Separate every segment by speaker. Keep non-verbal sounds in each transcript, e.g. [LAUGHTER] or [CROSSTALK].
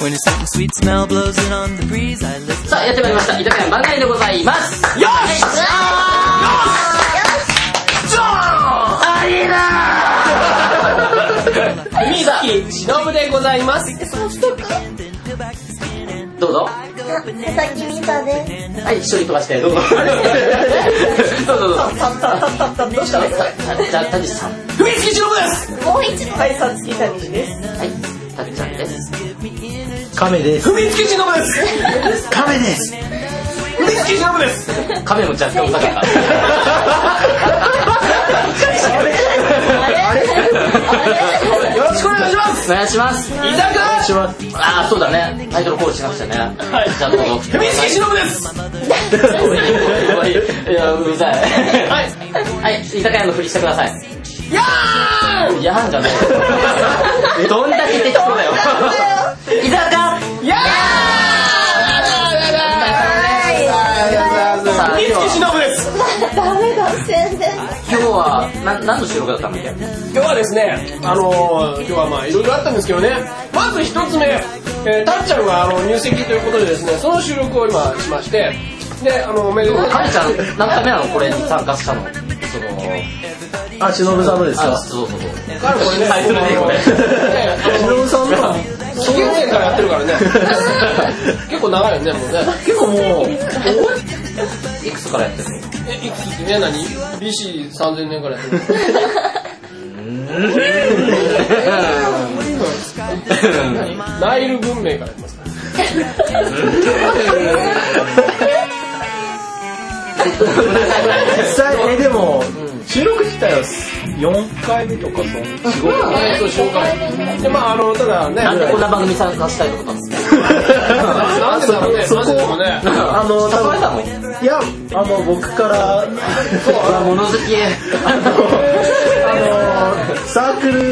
Speaker 1: When a certain sweet smell blows in on the breeze, I listen.
Speaker 2: さあ、やってまいりました。板谷番外でございます。よしよしよ
Speaker 3: [LAUGHS]
Speaker 2: しありだ海崎忍でございます。どうぞ。は
Speaker 3: 佐々木美沙です。
Speaker 2: い、一緒に飛ばして。どうぞ。どうぞどうぞ。
Speaker 4: どうしたの
Speaker 2: じゃあ、たけしさん。海崎忍です
Speaker 3: もう一度。
Speaker 4: はい、さつきさみしです。
Speaker 2: はい、たけちゃんです。
Speaker 5: 亀です。
Speaker 2: 海崎忍です
Speaker 5: 亀です。
Speaker 2: 海崎忍です亀も若干お高かった。
Speaker 4: よろしくお願いします。
Speaker 2: お願いします。
Speaker 4: 伊沢
Speaker 5: 私は、
Speaker 2: ああ、そうだね。タイトルコールしなくちゃね。はい。じゃあ、どうぞ。
Speaker 4: 君、し忍です。
Speaker 2: [LAUGHS] いや、うるさい。はい。はい、居酒屋のふりしてください。やーんやーんじゃねえよ。どんだけ適当だよ。居酒屋やーんさあ、今日は
Speaker 4: 忍です。
Speaker 3: ダメだ、宣伝。
Speaker 2: 今日は、な、何の収録だったんだっけ
Speaker 4: 今日はですね、あのー、今日はまあいろいろあったんですけどね、まず一つ目、えー、たっちゃんがあの入籍ということでですね、その収録を今しまして、で、あの、おめでとうござ
Speaker 2: カ
Speaker 4: いま
Speaker 2: メ
Speaker 4: す。
Speaker 2: ちゃん、何回目なのこれに参加したのその、
Speaker 5: あ、しのぶさんのです
Speaker 2: あ、
Speaker 5: か。
Speaker 2: そうそうそう。
Speaker 4: 彼これね、
Speaker 2: タイトルでいいよね
Speaker 5: しのぶさんの、
Speaker 4: 小学生からやってるからね、結構長いよね、もうね。
Speaker 5: 結構もう、
Speaker 2: いくつからやってるの [LAUGHS]
Speaker 4: え、いくつってね、何 ?BC3000 年からやってる。ナイル文明からやってますから。
Speaker 5: 実際、え、でも、収録自体は4回目とか、そん
Speaker 2: すごい。
Speaker 4: えっと、紹介。で、まああの、ただね、
Speaker 2: なんでこんな番組参加したいと思ったんですか
Speaker 4: なんでだろうね、マジでもね。
Speaker 5: あの、多
Speaker 2: 誘われたの
Speaker 5: 分いや、あの、僕から、
Speaker 2: ほら物好き。 [LAUGHS]
Speaker 5: あの、サークル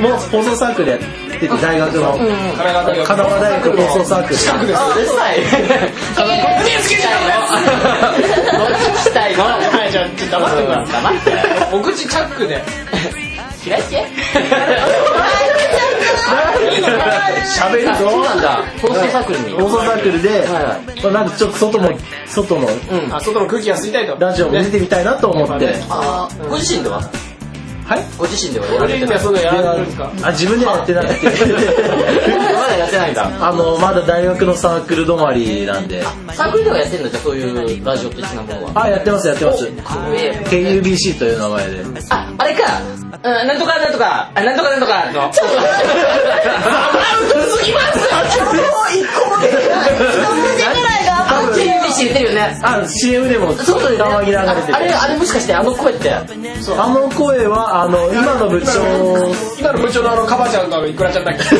Speaker 5: も、放送サークルやってて、大学の、
Speaker 4: 神奈
Speaker 5: 神奈川大学放送サークル。
Speaker 2: あ、うるさい。 [LAUGHS] どっち聞きた
Speaker 5: [LAUGHS]
Speaker 2: いの
Speaker 4: はい、じゃあ、ちょっと黙ってくから。
Speaker 2: 黙って。
Speaker 4: お口チャック
Speaker 5: [LAUGHS]
Speaker 4: で。
Speaker 2: 開け
Speaker 5: 喋る
Speaker 2: そう
Speaker 5: と
Speaker 2: なんだ。放送サークルに。
Speaker 5: 放送サークルで、
Speaker 2: はいはい
Speaker 5: まあなんかちょっと外の、外の
Speaker 2: うん。
Speaker 4: あ、外の空気が吸いたいと。
Speaker 5: ラジオも見てみたいなと思って、
Speaker 4: ね
Speaker 2: あーご自身では
Speaker 5: はい
Speaker 2: ご自身ではや
Speaker 4: オ
Speaker 2: ら
Speaker 4: レ
Speaker 2: れ
Speaker 4: ン
Speaker 2: てな
Speaker 4: ジはいそんなやられるんですか
Speaker 5: あ自分ではやって [LAUGHS] なくて
Speaker 2: まだやってないんだ。
Speaker 5: あのまだ大学のサークル止まりなんで
Speaker 2: サークルではやってんのじゃあそういうラジオ的なものは。
Speaker 5: あやってますやってます
Speaker 2: かっこいい
Speaker 5: KUBC という名前で
Speaker 2: あ、あれか。うん、なんとかなんとか、あ、なんとかなんとかの。ちょっとすぎますあの、ケンビシ言ってるよね。
Speaker 5: あ CM でも
Speaker 2: そうだよね。
Speaker 5: たまに流れて
Speaker 2: あれ、
Speaker 5: て
Speaker 2: あれもしかしてあの声って。
Speaker 5: あの声はあの今の部長
Speaker 4: 今の部長のあの、カバちゃんといくらちゃんだっけ
Speaker 5: え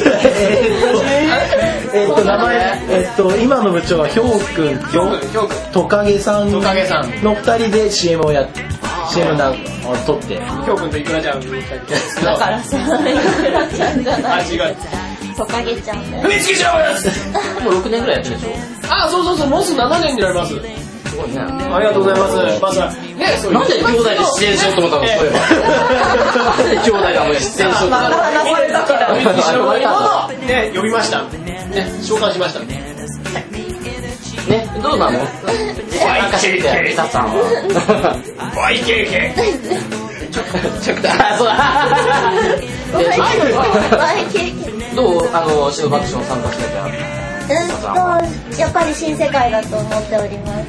Speaker 5: っと
Speaker 4: [LAUGHS]
Speaker 5: えっと名前えっと今の部長はひょうくん
Speaker 4: 今
Speaker 5: と
Speaker 4: 日、今日、
Speaker 5: トカゲさんの
Speaker 4: トカゲさん
Speaker 5: 2人で CM をやって CM なを撮って
Speaker 4: 今日くんといくらちゃんみたい
Speaker 3: だからさ、いくらちゃんじゃ
Speaker 4: あ、
Speaker 3: ない。
Speaker 4: 違う。
Speaker 3: トカゲちゃんだよ。
Speaker 4: 踏みつけちゃうやつ
Speaker 2: もう6年ぐらいやってるでしょ
Speaker 4: あ、そうそうそう、もうすぐ7年になります。
Speaker 2: すごいね。
Speaker 4: ありがとうございます。まずは、ね、そういう。
Speaker 2: なんで兄弟で出演しようと思ったのそういえば。なんで兄弟であの出演しようと思ったの
Speaker 4: 話されたから、
Speaker 2: 踏みつけ
Speaker 4: し
Speaker 2: しろよ
Speaker 4: ろね、呼びました。ね、召喚しました。
Speaker 2: ね、どうなの参加してみて、リサさんは。YKK。ちょっと、あ、そうだ。
Speaker 3: 前経験。
Speaker 2: でどうあの、シドバクション参加してた
Speaker 3: うんと、やっぱり新世界だと思っており [LAUGHS] ます。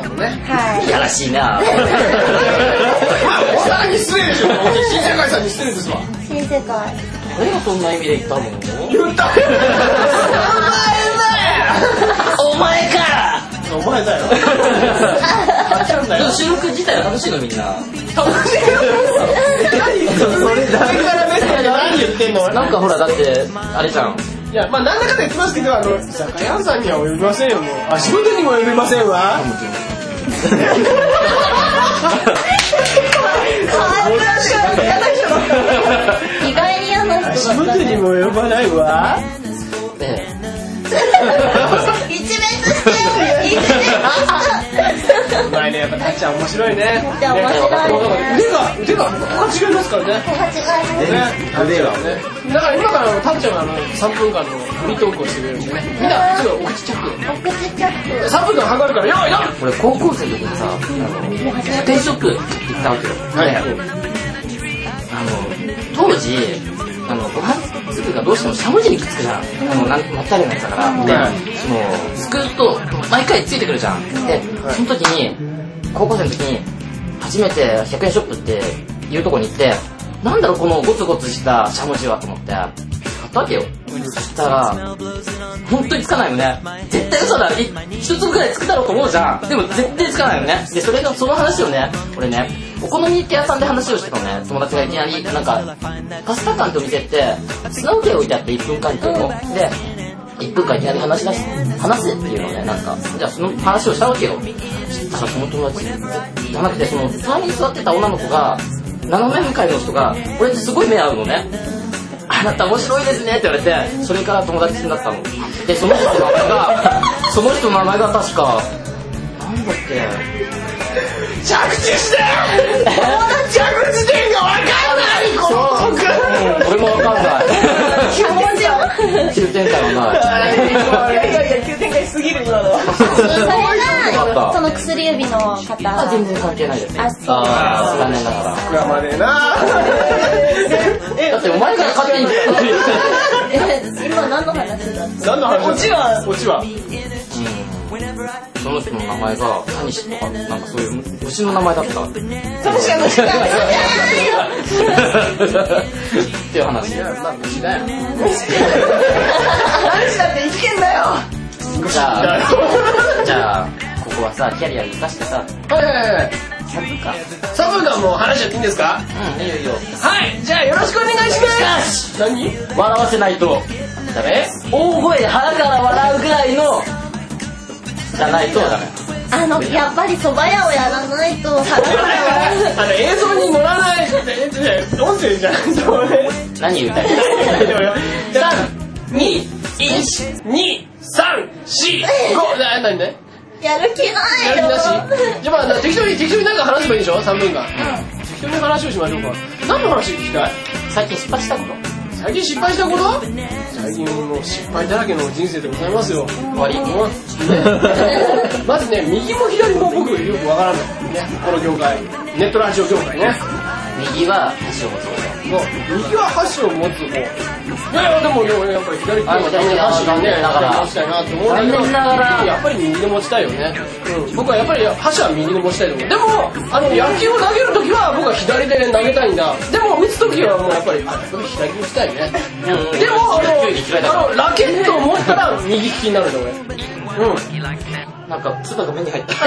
Speaker 4: 大阪のね。
Speaker 3: はい
Speaker 2: やらしいな
Speaker 4: 大阪に失礼でしょ。新社会さんに失礼ですわ。
Speaker 3: い。新世界。
Speaker 2: 誰がそんな意味で言ったの
Speaker 4: 言った
Speaker 2: お前か
Speaker 4: お前だよ。 [LAUGHS] あっちゃんだよ。
Speaker 2: 収録自体は楽しいのみんな。
Speaker 4: それ誰から目線で何言ってんの
Speaker 2: なんかほらだって、あれじゃん。
Speaker 4: いや、まあ、なんだかんだ言ってますけど、あの、居酒屋さんには及びませんよ、もう。足元にも及びませんわ。
Speaker 3: 意外に嫌な人
Speaker 4: 足
Speaker 3: だった
Speaker 4: 元に
Speaker 3: ね。
Speaker 4: も及ばないわ。
Speaker 2: ね
Speaker 3: 一面して一面
Speaker 4: まあ、いねやっぱタッちゃん面白いね
Speaker 3: ちゃん面白いね
Speaker 4: 腕が腕がここが違いますからね
Speaker 3: ここが違います
Speaker 5: ね腕が
Speaker 4: ねだから今からタッちゃんがあの3分間のフリートークをしてくれるんでねみんなちょっとお口チャック
Speaker 3: お口チャック
Speaker 4: 3分間測るからよいよい
Speaker 2: 俺高校生の時にさ、あの、定食行ったわけよ。
Speaker 5: はい
Speaker 2: であの、当時、あの、ご飯粒がどうしてもしゃもじにくっつくじゃん。あの、なんもったいないやつだから。で、その、すくうと、毎回ついてくるじゃん。で、その時に、高校生の時に、初めて100円ショップっていうとこに行って、なんだろうこのゴツゴツしたしゃもじはと思って、買ったわけよ。そしたら、本当につかないよね絶対嘘だい一粒ぐらいつくだろうと思うじゃんでも絶対つかないよねでそれがその話をね俺ねお好み焼き屋さんで話をしてたのね友達がいきなりなんかパスタ館ってお店って砂時計置いてあって1分間っていうので1分間いきなり話し出し話せっていうのねなんかじゃあその話をしたわけよそしたらその友達じゃなくてその隣に座ってた女の子が斜め向かいの人が俺ってすごい目合うのねあなた面白いですねって言われて、それから友達になったの。で、その人の名前が、その人の名前が確か、なんだっけ。着地して着地点がわかんない俺もわかんない。
Speaker 6: 気持ちよ。
Speaker 2: 急展開はない。
Speaker 6: いやいやいや、急展開しすぎる、今のは。
Speaker 3: それ
Speaker 2: よかっ
Speaker 3: が
Speaker 2: た
Speaker 3: その薬指の方
Speaker 2: あ、 [LAUGHS] 全然関係ないです。
Speaker 3: あそう
Speaker 2: あー、残念ながら。
Speaker 4: 膨らまねえな
Speaker 2: だってお前から勝
Speaker 6: [LAUGHS]
Speaker 2: 手に。
Speaker 3: え今何の話だっ
Speaker 4: 何の話
Speaker 6: オチは
Speaker 4: オチは
Speaker 2: その人の名前が、タニシとか、なんかそういう虫の名前だった。確かにっていう話。
Speaker 4: まあ虫だよ [LAUGHS]
Speaker 6: 何したって生きてんだよ。
Speaker 2: じゃあ、じゃあ、ここはさ、キャリアに生かしてさ、
Speaker 4: はいはいはい
Speaker 2: サブか。
Speaker 4: 3分間もう話しちゃっていいんですか
Speaker 2: うん、いいよいいよ。
Speaker 4: はいじゃあよろしくお願いします何
Speaker 2: 笑わせないと、ダメ大声で腹から笑うぐらいの、じゃないとダメ。
Speaker 3: たあのやっぱり蕎麦屋をやらないと腹が笑
Speaker 4: あの映像に乗らないって音声じゃんそれ
Speaker 2: 何言うたい
Speaker 4: でもよ
Speaker 2: 二
Speaker 4: 345な何ね
Speaker 3: うやる気ない
Speaker 4: や
Speaker 3: よ
Speaker 4: る気なしじゃあまあ適当に適当に何か話せばいいでしょ3分間適当に話をしましょうか何の話聞きたい
Speaker 2: 最近失敗したこ
Speaker 4: 最近失敗したこと最近もう失敗だらけの人生でございますよ
Speaker 2: と終わり
Speaker 4: まずね右も左も僕よくわからないねこの業界ネットラジオ業界ね
Speaker 2: 右は箸を持つこ
Speaker 4: もう右は箸を持つ方いやいやでもね俺やっぱり左利きのために箸をね持ちたいなって思うんだけどやっぱり右で持ちたいよね、うん、僕はやっぱり箸は右で持ちたいと思うでもあの野球を投げるときは僕は左で投げたいんだでも打つときはもうやっぱりあこれ左に打ちたいね
Speaker 2: と。うん
Speaker 4: でもあの
Speaker 2: 球に嫌いだか
Speaker 4: あのラケットを持ったら右利きになるんだ俺うん
Speaker 2: ら。なんか、唾が目に入った。
Speaker 3: 悲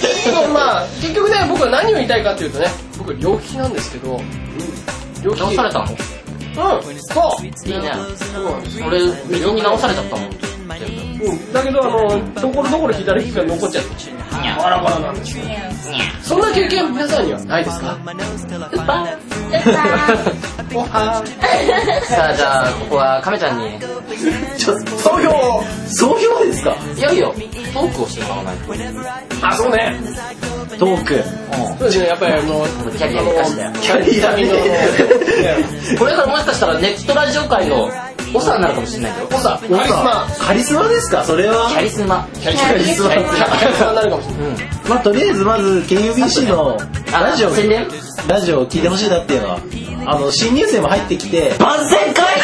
Speaker 3: しい
Speaker 4: でもまあ結局ね僕は何を言いたいかっていうとね僕両利きなんですけど、両利
Speaker 2: 直されたの
Speaker 4: うんそ
Speaker 2: い
Speaker 4: う
Speaker 2: いね。
Speaker 4: うん
Speaker 2: 俺、右に直されちゃったもん。
Speaker 4: うん、だけど、あの、ところどころ左利きが残っちゃって、バラバラなんですよ。そんな経験皆さんにはないですかおは
Speaker 2: さあ、じゃあ、ここは亀ちゃんに、
Speaker 5: ちょ総評総評ですか
Speaker 2: いよいよ、トークをしてもらわないと。
Speaker 4: あ、そうね。
Speaker 5: トーク
Speaker 4: そうですね、やっぱりあの、
Speaker 2: キャリア生かして。
Speaker 5: キャリア
Speaker 4: み
Speaker 5: に
Speaker 4: んなの
Speaker 2: これからもしかしたらネットラジオ界のオサになるかもしれないよ。
Speaker 4: おさ、カリスマ。
Speaker 5: カリスマですかそれ
Speaker 2: キャ
Speaker 5: は
Speaker 2: リスマ。
Speaker 4: キャリスマ。キャリスマになるかもしれない。
Speaker 5: まあとりあえずまず KUBC の
Speaker 2: あ
Speaker 5: ラジオ
Speaker 2: 宣伝
Speaker 5: ラジオを聞いてほしいなっていうのはあの新入生も入ってきて
Speaker 2: 万全かい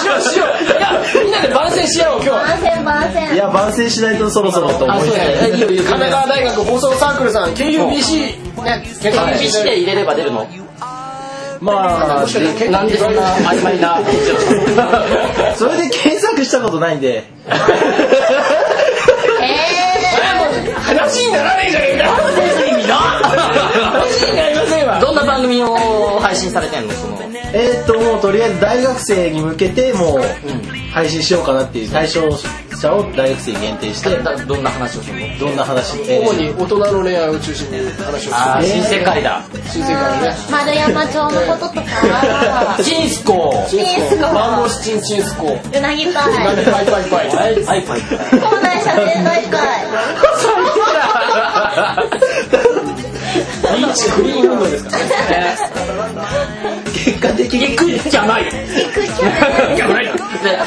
Speaker 4: しようしよう。いや、みんなで番宣しよう、今日は。
Speaker 3: 番宣番宣
Speaker 5: いや番宣しないとそろそろと思
Speaker 2: あ、
Speaker 5: い
Speaker 2: そうやね。いいよいいよ。
Speaker 4: [LAUGHS] 神奈川大学放送サークルさん、KUBC、ね、検索
Speaker 2: 必死
Speaker 4: して
Speaker 2: で入れれば出るの。
Speaker 5: まあ
Speaker 2: なんでそんな曖昧な。
Speaker 5: それで検索したことないんで
Speaker 4: 話にならねえじゃねえか。話になりませんわ。
Speaker 2: どんな番組を配信されてんのその。
Speaker 5: えーっともうとりあえず大学生に向けてもう
Speaker 2: うん
Speaker 5: 配信しようかなっていう対象者を大学生に限定して
Speaker 2: だからどんな話をするの
Speaker 5: どんな話え
Speaker 4: [LAUGHS] 主に大人の恋愛を中心に話を
Speaker 2: あー
Speaker 4: す
Speaker 2: 新世界だ、
Speaker 4: る新世界ね
Speaker 3: 丸山町のこととか
Speaker 2: チンスコ
Speaker 4: チン
Speaker 3: えー
Speaker 4: ス
Speaker 3: す
Speaker 4: コ
Speaker 3: ごい
Speaker 4: マンモスチンチンスコ
Speaker 3: うなぎパ
Speaker 4: パ
Speaker 3: イ、
Speaker 4: イパイパ
Speaker 2: は
Speaker 4: イ
Speaker 2: いはいはい
Speaker 3: 校内写真大会、
Speaker 4: ビーチクリーン運動ですからね
Speaker 5: [LAUGHS] 結果的
Speaker 2: 行
Speaker 5: に
Speaker 2: くじゃない
Speaker 3: 行くじゃない。
Speaker 2: で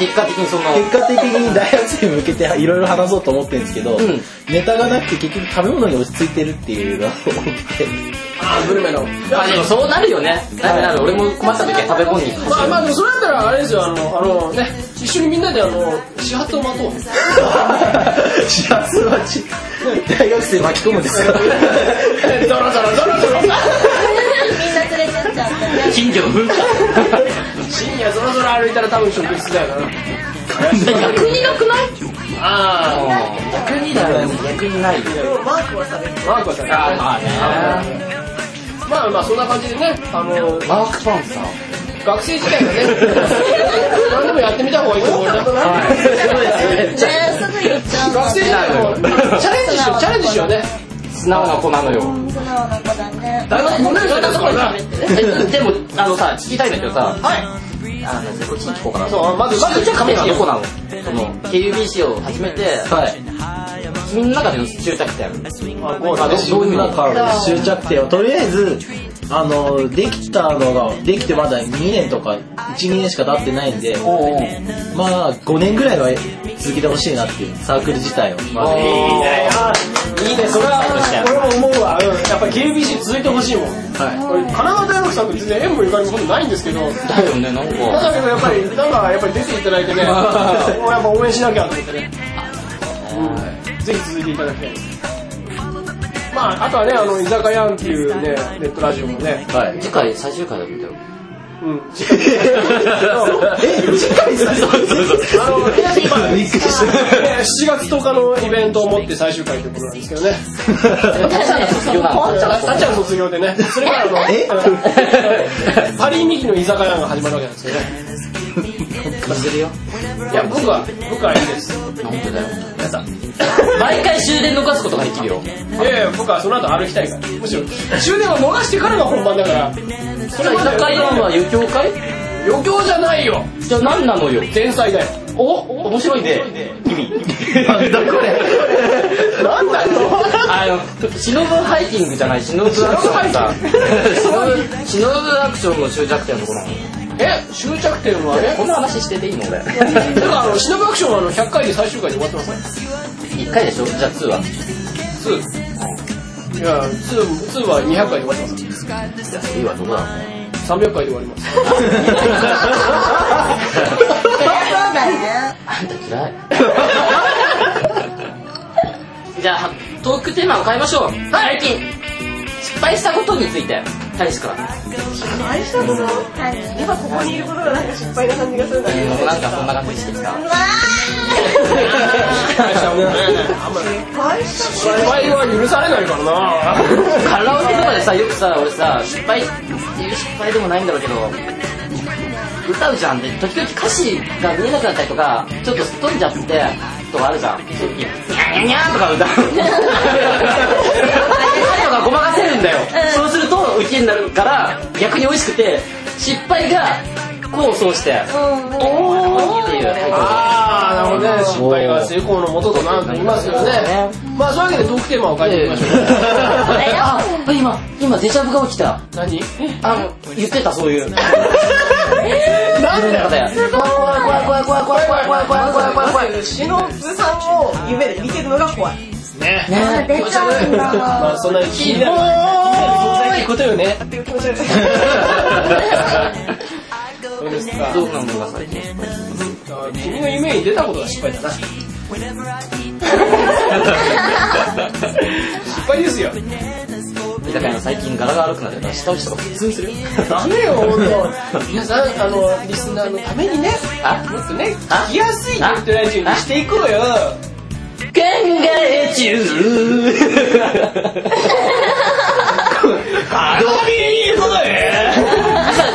Speaker 2: 結果的にその
Speaker 5: 結果的に大学生に向けていろいろ話そうと思ってるんですけど、
Speaker 2: ん
Speaker 5: ネタがなくて結局食べ物に落ち着いてるっていうのを思って
Speaker 4: あーグルメの
Speaker 2: まあでもそうなるよねなるなる俺も困った時は食べ物に走る
Speaker 4: まあまあでもそれだったらあれですよあのあのね一緒にみんなであの始発を待 [LAUGHS] とう
Speaker 5: 始発はち大学生巻き込むんですよ
Speaker 4: ドロドロドロドロ
Speaker 3: みんな連れてっちゃってね。
Speaker 2: 金魚の文化
Speaker 4: 深夜ゾロゾロ歩いたら多分食室だよな
Speaker 2: 逆になくない
Speaker 4: あ
Speaker 2: 逆にだよね逆にないよ
Speaker 4: あマークはさ
Speaker 2: あまあね
Speaker 4: まあまあそんな感じでねあの
Speaker 2: マークパンさん
Speaker 4: 学生時代はね何でもやってみた方がいいと思うね
Speaker 3: ねすぐ言っちゃうの
Speaker 4: 学生時代もチャレンジしようチャレンジしようね
Speaker 2: 素直な子なのよ
Speaker 3: 素直な子だね。
Speaker 4: 大学5年生ですからね
Speaker 2: えでもあのさ聞きたいんだけどさはいあのこっちに聞こうかな
Speaker 4: そうまずま
Speaker 2: まず
Speaker 4: ず
Speaker 2: じゃあ亀はどこなのその KUBC を始めて
Speaker 5: はい
Speaker 2: 君の中での執着点ある
Speaker 4: あこうだね
Speaker 5: 自分の中の終着点をとりあえずあのできたのができてまだ2年とか12年しか経ってないんで
Speaker 2: おお
Speaker 5: まあ5年ぐらいは続けてほしいなっていうサークル
Speaker 2: [LAUGHS]
Speaker 5: 自体を
Speaker 2: いいね
Speaker 4: いいねそれは俺も思うわうんやっぱり KBC 続いてほしいもん
Speaker 5: は
Speaker 4: 俺神奈川大学さんと全然縁もゆかりもほとんどないんですけど
Speaker 2: だよねなん
Speaker 4: まあ
Speaker 2: か
Speaker 4: だけどやっぱり、なんかやっぱり出ていただいてね、もうやっぱ応援しなきゃと思ってね、うん、ぜひ続いていただきたいです。まあ、あとはね、あの、居酒屋っていうね、ネットラジオもね、
Speaker 5: いはい
Speaker 2: 次回最終回だったよ
Speaker 4: うん。
Speaker 5: え次回さそうそうそう
Speaker 4: あの、ね
Speaker 5: びっくりした
Speaker 4: 7月10日のイベントをもって最終回ということなんですけどね。
Speaker 2: たっちゃんの卒業なの
Speaker 4: さっちゃん卒業でね、それからあの、
Speaker 5: え
Speaker 4: うんパリミキの居酒屋が始まるわけなんですけどね。
Speaker 2: 忘れるよ
Speaker 4: いや、僕は、僕はいいです。
Speaker 2: 本当だよやだ毎回終電逃すことができるよ
Speaker 4: いやいや、僕はその後歩きたいから。むしろ、終電を逃してからが本番だから。そ
Speaker 2: 居酒屋は余興会
Speaker 4: 余興じゃないよ
Speaker 2: じゃあ何なのよ
Speaker 4: 天才だよ。
Speaker 2: お面白いね
Speaker 5: なんだこ
Speaker 4: [LAUGHS]
Speaker 5: れ
Speaker 4: なんだよ。
Speaker 2: あの、忍ぶハイキングじゃない、忍ぶアクションさ。忍ぶ、忍ぶアクションの終着点のところなの。
Speaker 4: え、終着点はね。
Speaker 2: こんな話してていいの俺。
Speaker 4: だからあの、忍ぶアクションはあの、100回で最終回で終わってますね。
Speaker 2: 1回でしょじゃあ2は。
Speaker 4: いや、2、2は200回で終わってます。
Speaker 2: 2はどこだろうね。
Speaker 4: 300回で終わります。
Speaker 3: そりゃそうだね。
Speaker 2: あんた嫌い。じゃあ、トークテーマを変えましょう。最近、失敗したことについて、大使から。
Speaker 6: 愛したこと
Speaker 3: 何
Speaker 6: 今ここにいることがなんか失敗な感じがするんだけど。
Speaker 2: なんかそんな感じしてきた。
Speaker 3: うわ
Speaker 6: 失敗した
Speaker 4: 失敗は許されないからな。 [LAUGHS]
Speaker 2: カラオケとかでさ、よくさ、俺さ、失敗、言う失敗でもないんだろうけど、歌うじゃんで、時々歌詞が見えなくなったりとか、ちょっとすっ飛んじゃって、とかあるじゃん。にゃにゃにゃーとか歌う。最後がごまかせるんだよ。 [LAUGHS] そうすると、ウケになるから、逆に美味しくて、失敗が、功を奏して、
Speaker 3: ーうん
Speaker 2: おーっていうタイトル
Speaker 4: あー、なるほどね。失敗が成功のもととなって言いますけどね。まあ、そういうわけでトークテーマを変えてい
Speaker 2: [LAUGHS]
Speaker 4: きましょう。
Speaker 2: あ、今、今デジャブが起きた。
Speaker 4: 何
Speaker 2: あの、言ってたそういう。
Speaker 4: なん
Speaker 2: 自分の中
Speaker 4: だよ。
Speaker 2: で。
Speaker 6: 怖い怖い怖い怖い怖い怖い怖い怖い怖い怖い
Speaker 4: 怖い
Speaker 6: 忍さんを夢で見てるのが怖い。
Speaker 4: ね。
Speaker 3: あ出ちゃうんだ
Speaker 4: ま
Speaker 3: も
Speaker 4: あ、
Speaker 3: ん。
Speaker 4: そんなに気になる。いことよね。
Speaker 6: っていう気持ち悪い。
Speaker 4: そうですか。
Speaker 2: どうなのが最近。
Speaker 4: 君の夢に出たことが失敗だな。失敗ですよ。
Speaker 2: 居酒屋の最近柄が悪くなってたから下打ちとか普通にするよ。
Speaker 4: ダメよ、ほんと。皆さん、あの、リスナーのためにね、
Speaker 2: あ
Speaker 4: もっとね、
Speaker 2: あ
Speaker 4: 聞きやすいネットラジオにしていこうよ。
Speaker 2: 考え中
Speaker 4: あ、どういうことね。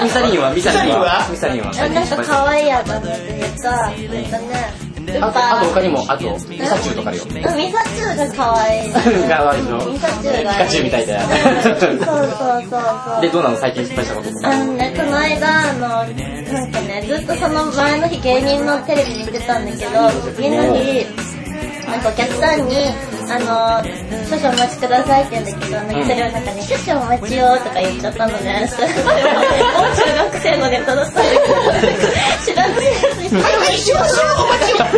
Speaker 2: ミサリンは、ミミサにはミサには最近
Speaker 3: なん
Speaker 2: 失
Speaker 3: か
Speaker 2: 敗した
Speaker 3: 可愛いやつやつは、えっとね、やっ
Speaker 2: あ
Speaker 3: ぱ
Speaker 2: と、他にも、あと、ミサチュウとかあるよ。
Speaker 3: ミサチュウが可愛い。
Speaker 2: 可愛いの。
Speaker 3: ミサチュウ
Speaker 2: ピ
Speaker 3: が。
Speaker 2: カチュウみたいだ
Speaker 3: うんそうそうそうそう。
Speaker 2: で、どうなの最近失敗したこととか。
Speaker 3: あのね、この間、あの、なんかね、ずっとその前の日芸人のテレビ見てたんだけど、次の日、なんかお客さんに、あの、少々お待ちくださいって言うんだけど、なんかそれをなんかね、少々お待ちよとか言っちゃったのね、それもう中学生のネタだったんだけど、知らずに、はい、少々お待ちをそ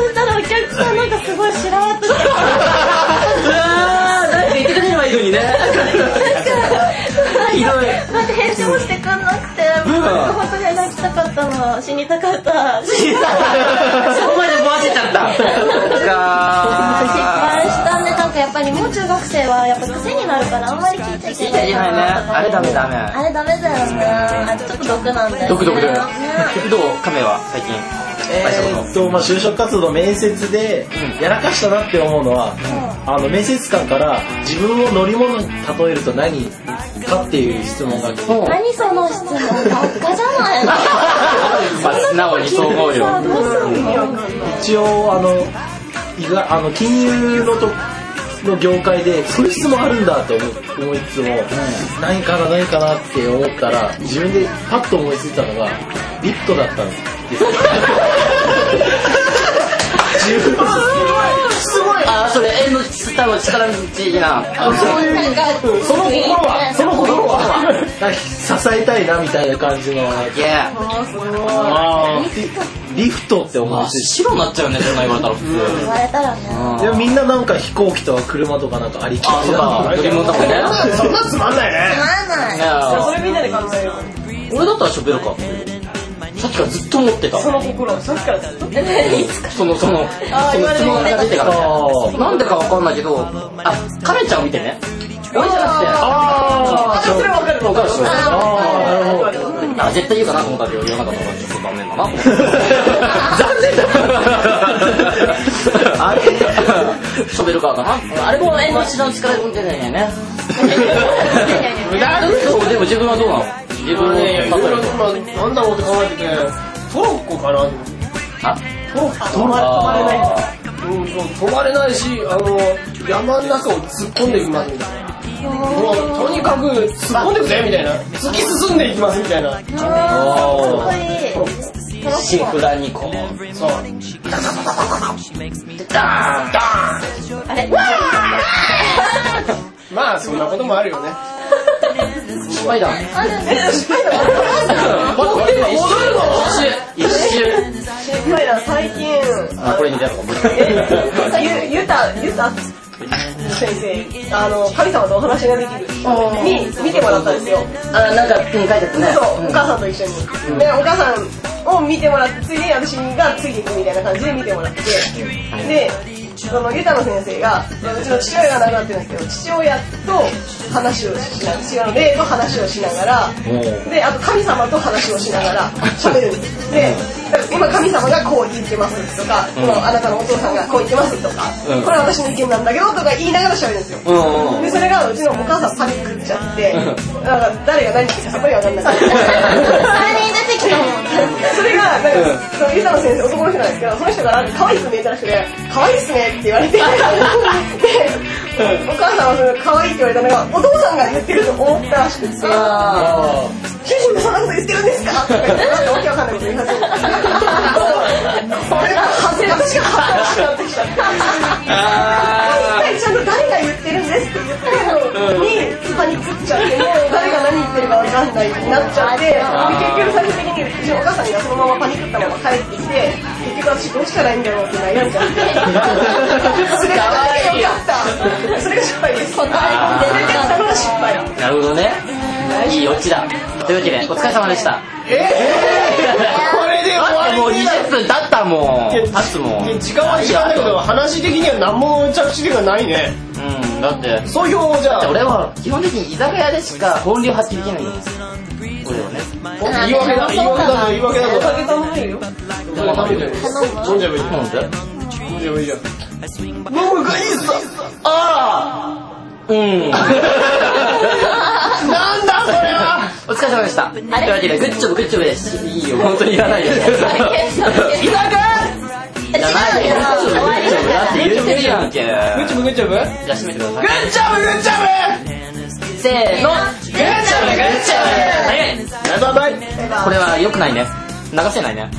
Speaker 3: したらお客さんなんかすごいしらーっとして
Speaker 2: なんか言ってくれればいいのにね。ひどい。
Speaker 3: なんか返事もしてくんなくて、本当に泣きたかったの、死にたかった。
Speaker 2: そ
Speaker 3: 失
Speaker 2: こまで壊せちゃった。
Speaker 5: [LAUGHS]
Speaker 2: そっか
Speaker 3: 敗したね、なんかやっぱりもう中学生はやっぱ癖になるからあんまり聞いちゃ
Speaker 2: ー。
Speaker 3: いけない
Speaker 2: いね。
Speaker 3: かなとか
Speaker 2: あれダメダメ。
Speaker 3: あれダメだよね。あれちょっと毒なんだよね。
Speaker 2: ドクドク
Speaker 3: ね
Speaker 2: だよ。どう亀は最近失敗した
Speaker 5: え
Speaker 2: こ
Speaker 5: ーっと、まあ、就職活動面接でやらかしたなって思うのは、あの面接官から自分を乗り物に例えると何かっていう質問が来て、
Speaker 3: 何その質問、ばっかじゃないの
Speaker 2: と。まあ、素直に総合量。
Speaker 3: さ、どうすんの
Speaker 5: 一応あの意外あの金融のとの業界でそういう質問あるんだと思思いつつも、何かな何かなって思ったら自分でパッと思いついたのがビットだったんですよ自分の
Speaker 2: あー、それ、絵の下の力のちいいな。
Speaker 5: そういう
Speaker 3: なんか、
Speaker 5: その心は、その心は、なんか支えたいなみたいな感じの、
Speaker 2: いや
Speaker 5: あーリリフトって思
Speaker 2: 真
Speaker 5: う
Speaker 2: っ
Speaker 5: し、
Speaker 2: 白になっちゃうね、そんな言われたら普通。
Speaker 3: 言われたらね。
Speaker 5: でもみんななんか飛行機とか車とかなんかありき
Speaker 2: あ、
Speaker 5: り
Speaker 2: そうか、
Speaker 5: な。
Speaker 2: ドリモンとかね。
Speaker 4: そんなつまんないね。
Speaker 3: つまんない。
Speaker 2: いや
Speaker 6: それみんなで考えよ
Speaker 2: 俺だったら喋るか。さっきからずっと思ってた。
Speaker 6: う。その心、さっきからずっと。
Speaker 2: その、その、
Speaker 6: あ
Speaker 2: そ
Speaker 6: ー言
Speaker 2: の
Speaker 6: われ
Speaker 2: 質問が
Speaker 6: る
Speaker 2: 出てから
Speaker 5: あ
Speaker 2: ね。なんでかわかんないけど、あ、カメちゃんを見てね。俺じゃなくて、
Speaker 5: あ
Speaker 6: あ、でもそれはわかるの。
Speaker 2: 他の人
Speaker 5: ああー、なるほど。
Speaker 2: あ、絶対言うかなと思ったけど、言わなかったから、ちょっと残念だな。あれ喋る側かなあれも縁の下の力で見てないよね。そうでも自分はどうなの自分
Speaker 4: あ
Speaker 2: を
Speaker 4: のね、いや
Speaker 2: 例え
Speaker 4: い
Speaker 2: ば
Speaker 4: ろいろ今、なんだろうって考えてて、トロッコかなと思って。
Speaker 2: あ、
Speaker 4: 止ま止まれないんだ。うん、そう、止まれないし、あの、山の中を突っ込んでいきますみたいな。もう、とにかく突っ込んでくぜみたいな。突き進んでいきますみたいな。
Speaker 3: かっこ
Speaker 4: そう
Speaker 3: い
Speaker 2: シフラにこう。
Speaker 4: そう。ダーンダー
Speaker 3: い。あれ、わ
Speaker 4: ンまあ、そんなこともあるよね。
Speaker 2: 失敗だ。
Speaker 4: 戻ってる戻るの
Speaker 2: 一瞬。
Speaker 6: この間最近、
Speaker 2: あ、これ似てるかも。
Speaker 6: ゆ、ゆた、ゆた先生、あの、神様とお話ができる、に見てもらったんですよ。
Speaker 2: あ、なんか、手に書いてあったね。
Speaker 6: そう、お母さんと一緒に。で、お母さんを見てもらって、ついでに私がついていくみたいな感じで見てもらって、で、その、ゆたの先生が、うちの父親が亡くなってるんですけど、父親と話をしながら、父親の霊と話をしながら、で、あと神様と話をしながら喋るんです。で、今神様がこう言ってますとか、このあなたのお父さんがこう言ってますとか、
Speaker 2: うん
Speaker 6: これは私の意見なんだけどとか言いながら喋るんですよ。
Speaker 2: うんうん。
Speaker 6: でそれがうちのお母さんパニックっちゃってなんか誰が何言ってるかさっぱりわかんなく
Speaker 3: [LAUGHS]
Speaker 6: て
Speaker 3: 急に出てきたもん。
Speaker 6: それがなんかそのゆたの先生男の人なんですけどその人から「可愛いっすね」って言ったらしくて「可愛いっすね」って言われてでお母さんはその可愛いって言われたのがお父さんが言ってると思ったらしくて
Speaker 2: あ
Speaker 6: 主人がそんなこと言ってるんですかとか言ってなんかわけわかんないこと言い始めてこれが恥ずかしい私が恥ずかしくなってきちゃって。
Speaker 2: あ
Speaker 6: ちゃんと誰が言ってるんですって言ってるのに、パニックっちゃって、もう誰が何言ってるかわかんないってなっちゃって、で結局最終的にうちのお母さんがそのままパニックったまま帰ってきて、結局私どうしたらいいんだろうって悩んじゃって、それがよかった。それが失敗です。それが失敗。
Speaker 2: なるほどね。いいオチだ。というわけで、お疲れ様でした。
Speaker 4: えこれで終
Speaker 2: だっ
Speaker 4: わ
Speaker 2: てもう
Speaker 4: りだよ
Speaker 2: 20分経ったもん。
Speaker 4: い
Speaker 2: 経
Speaker 4: や
Speaker 2: つもん。う
Speaker 4: いや
Speaker 2: ん
Speaker 4: 時間は時間だけど、話的には何も着地点がないね。、
Speaker 2: だって。
Speaker 4: 総評をじゃ
Speaker 2: だって
Speaker 4: あ、
Speaker 2: 俺は基本的に居酒屋でしか本流発揮できないんですよ。俺はね。
Speaker 4: 言い訳だ、言い訳だぞ、言い訳だぞ。
Speaker 2: でも
Speaker 4: 食べてる飲んじゃえばいいじゃん。
Speaker 2: 飲んで。
Speaker 4: 飲んじゃえばいいじゃん。
Speaker 2: あらうん。なんだそれはお疲疲れ様でした。というわけで、グッチョブグッチョブです。いいよ。本当に言わないで。伊沢くん
Speaker 3: 違うよ終わりだから
Speaker 2: グッチョブじゃんけ。
Speaker 4: グッチョブグッチョブグッ
Speaker 2: じゃあ、締めてください。
Speaker 4: チョブグッチョブ
Speaker 2: せーの。
Speaker 3: グッチョブグッチョブ
Speaker 2: はいバイバイ。これは良くないね。流せないね。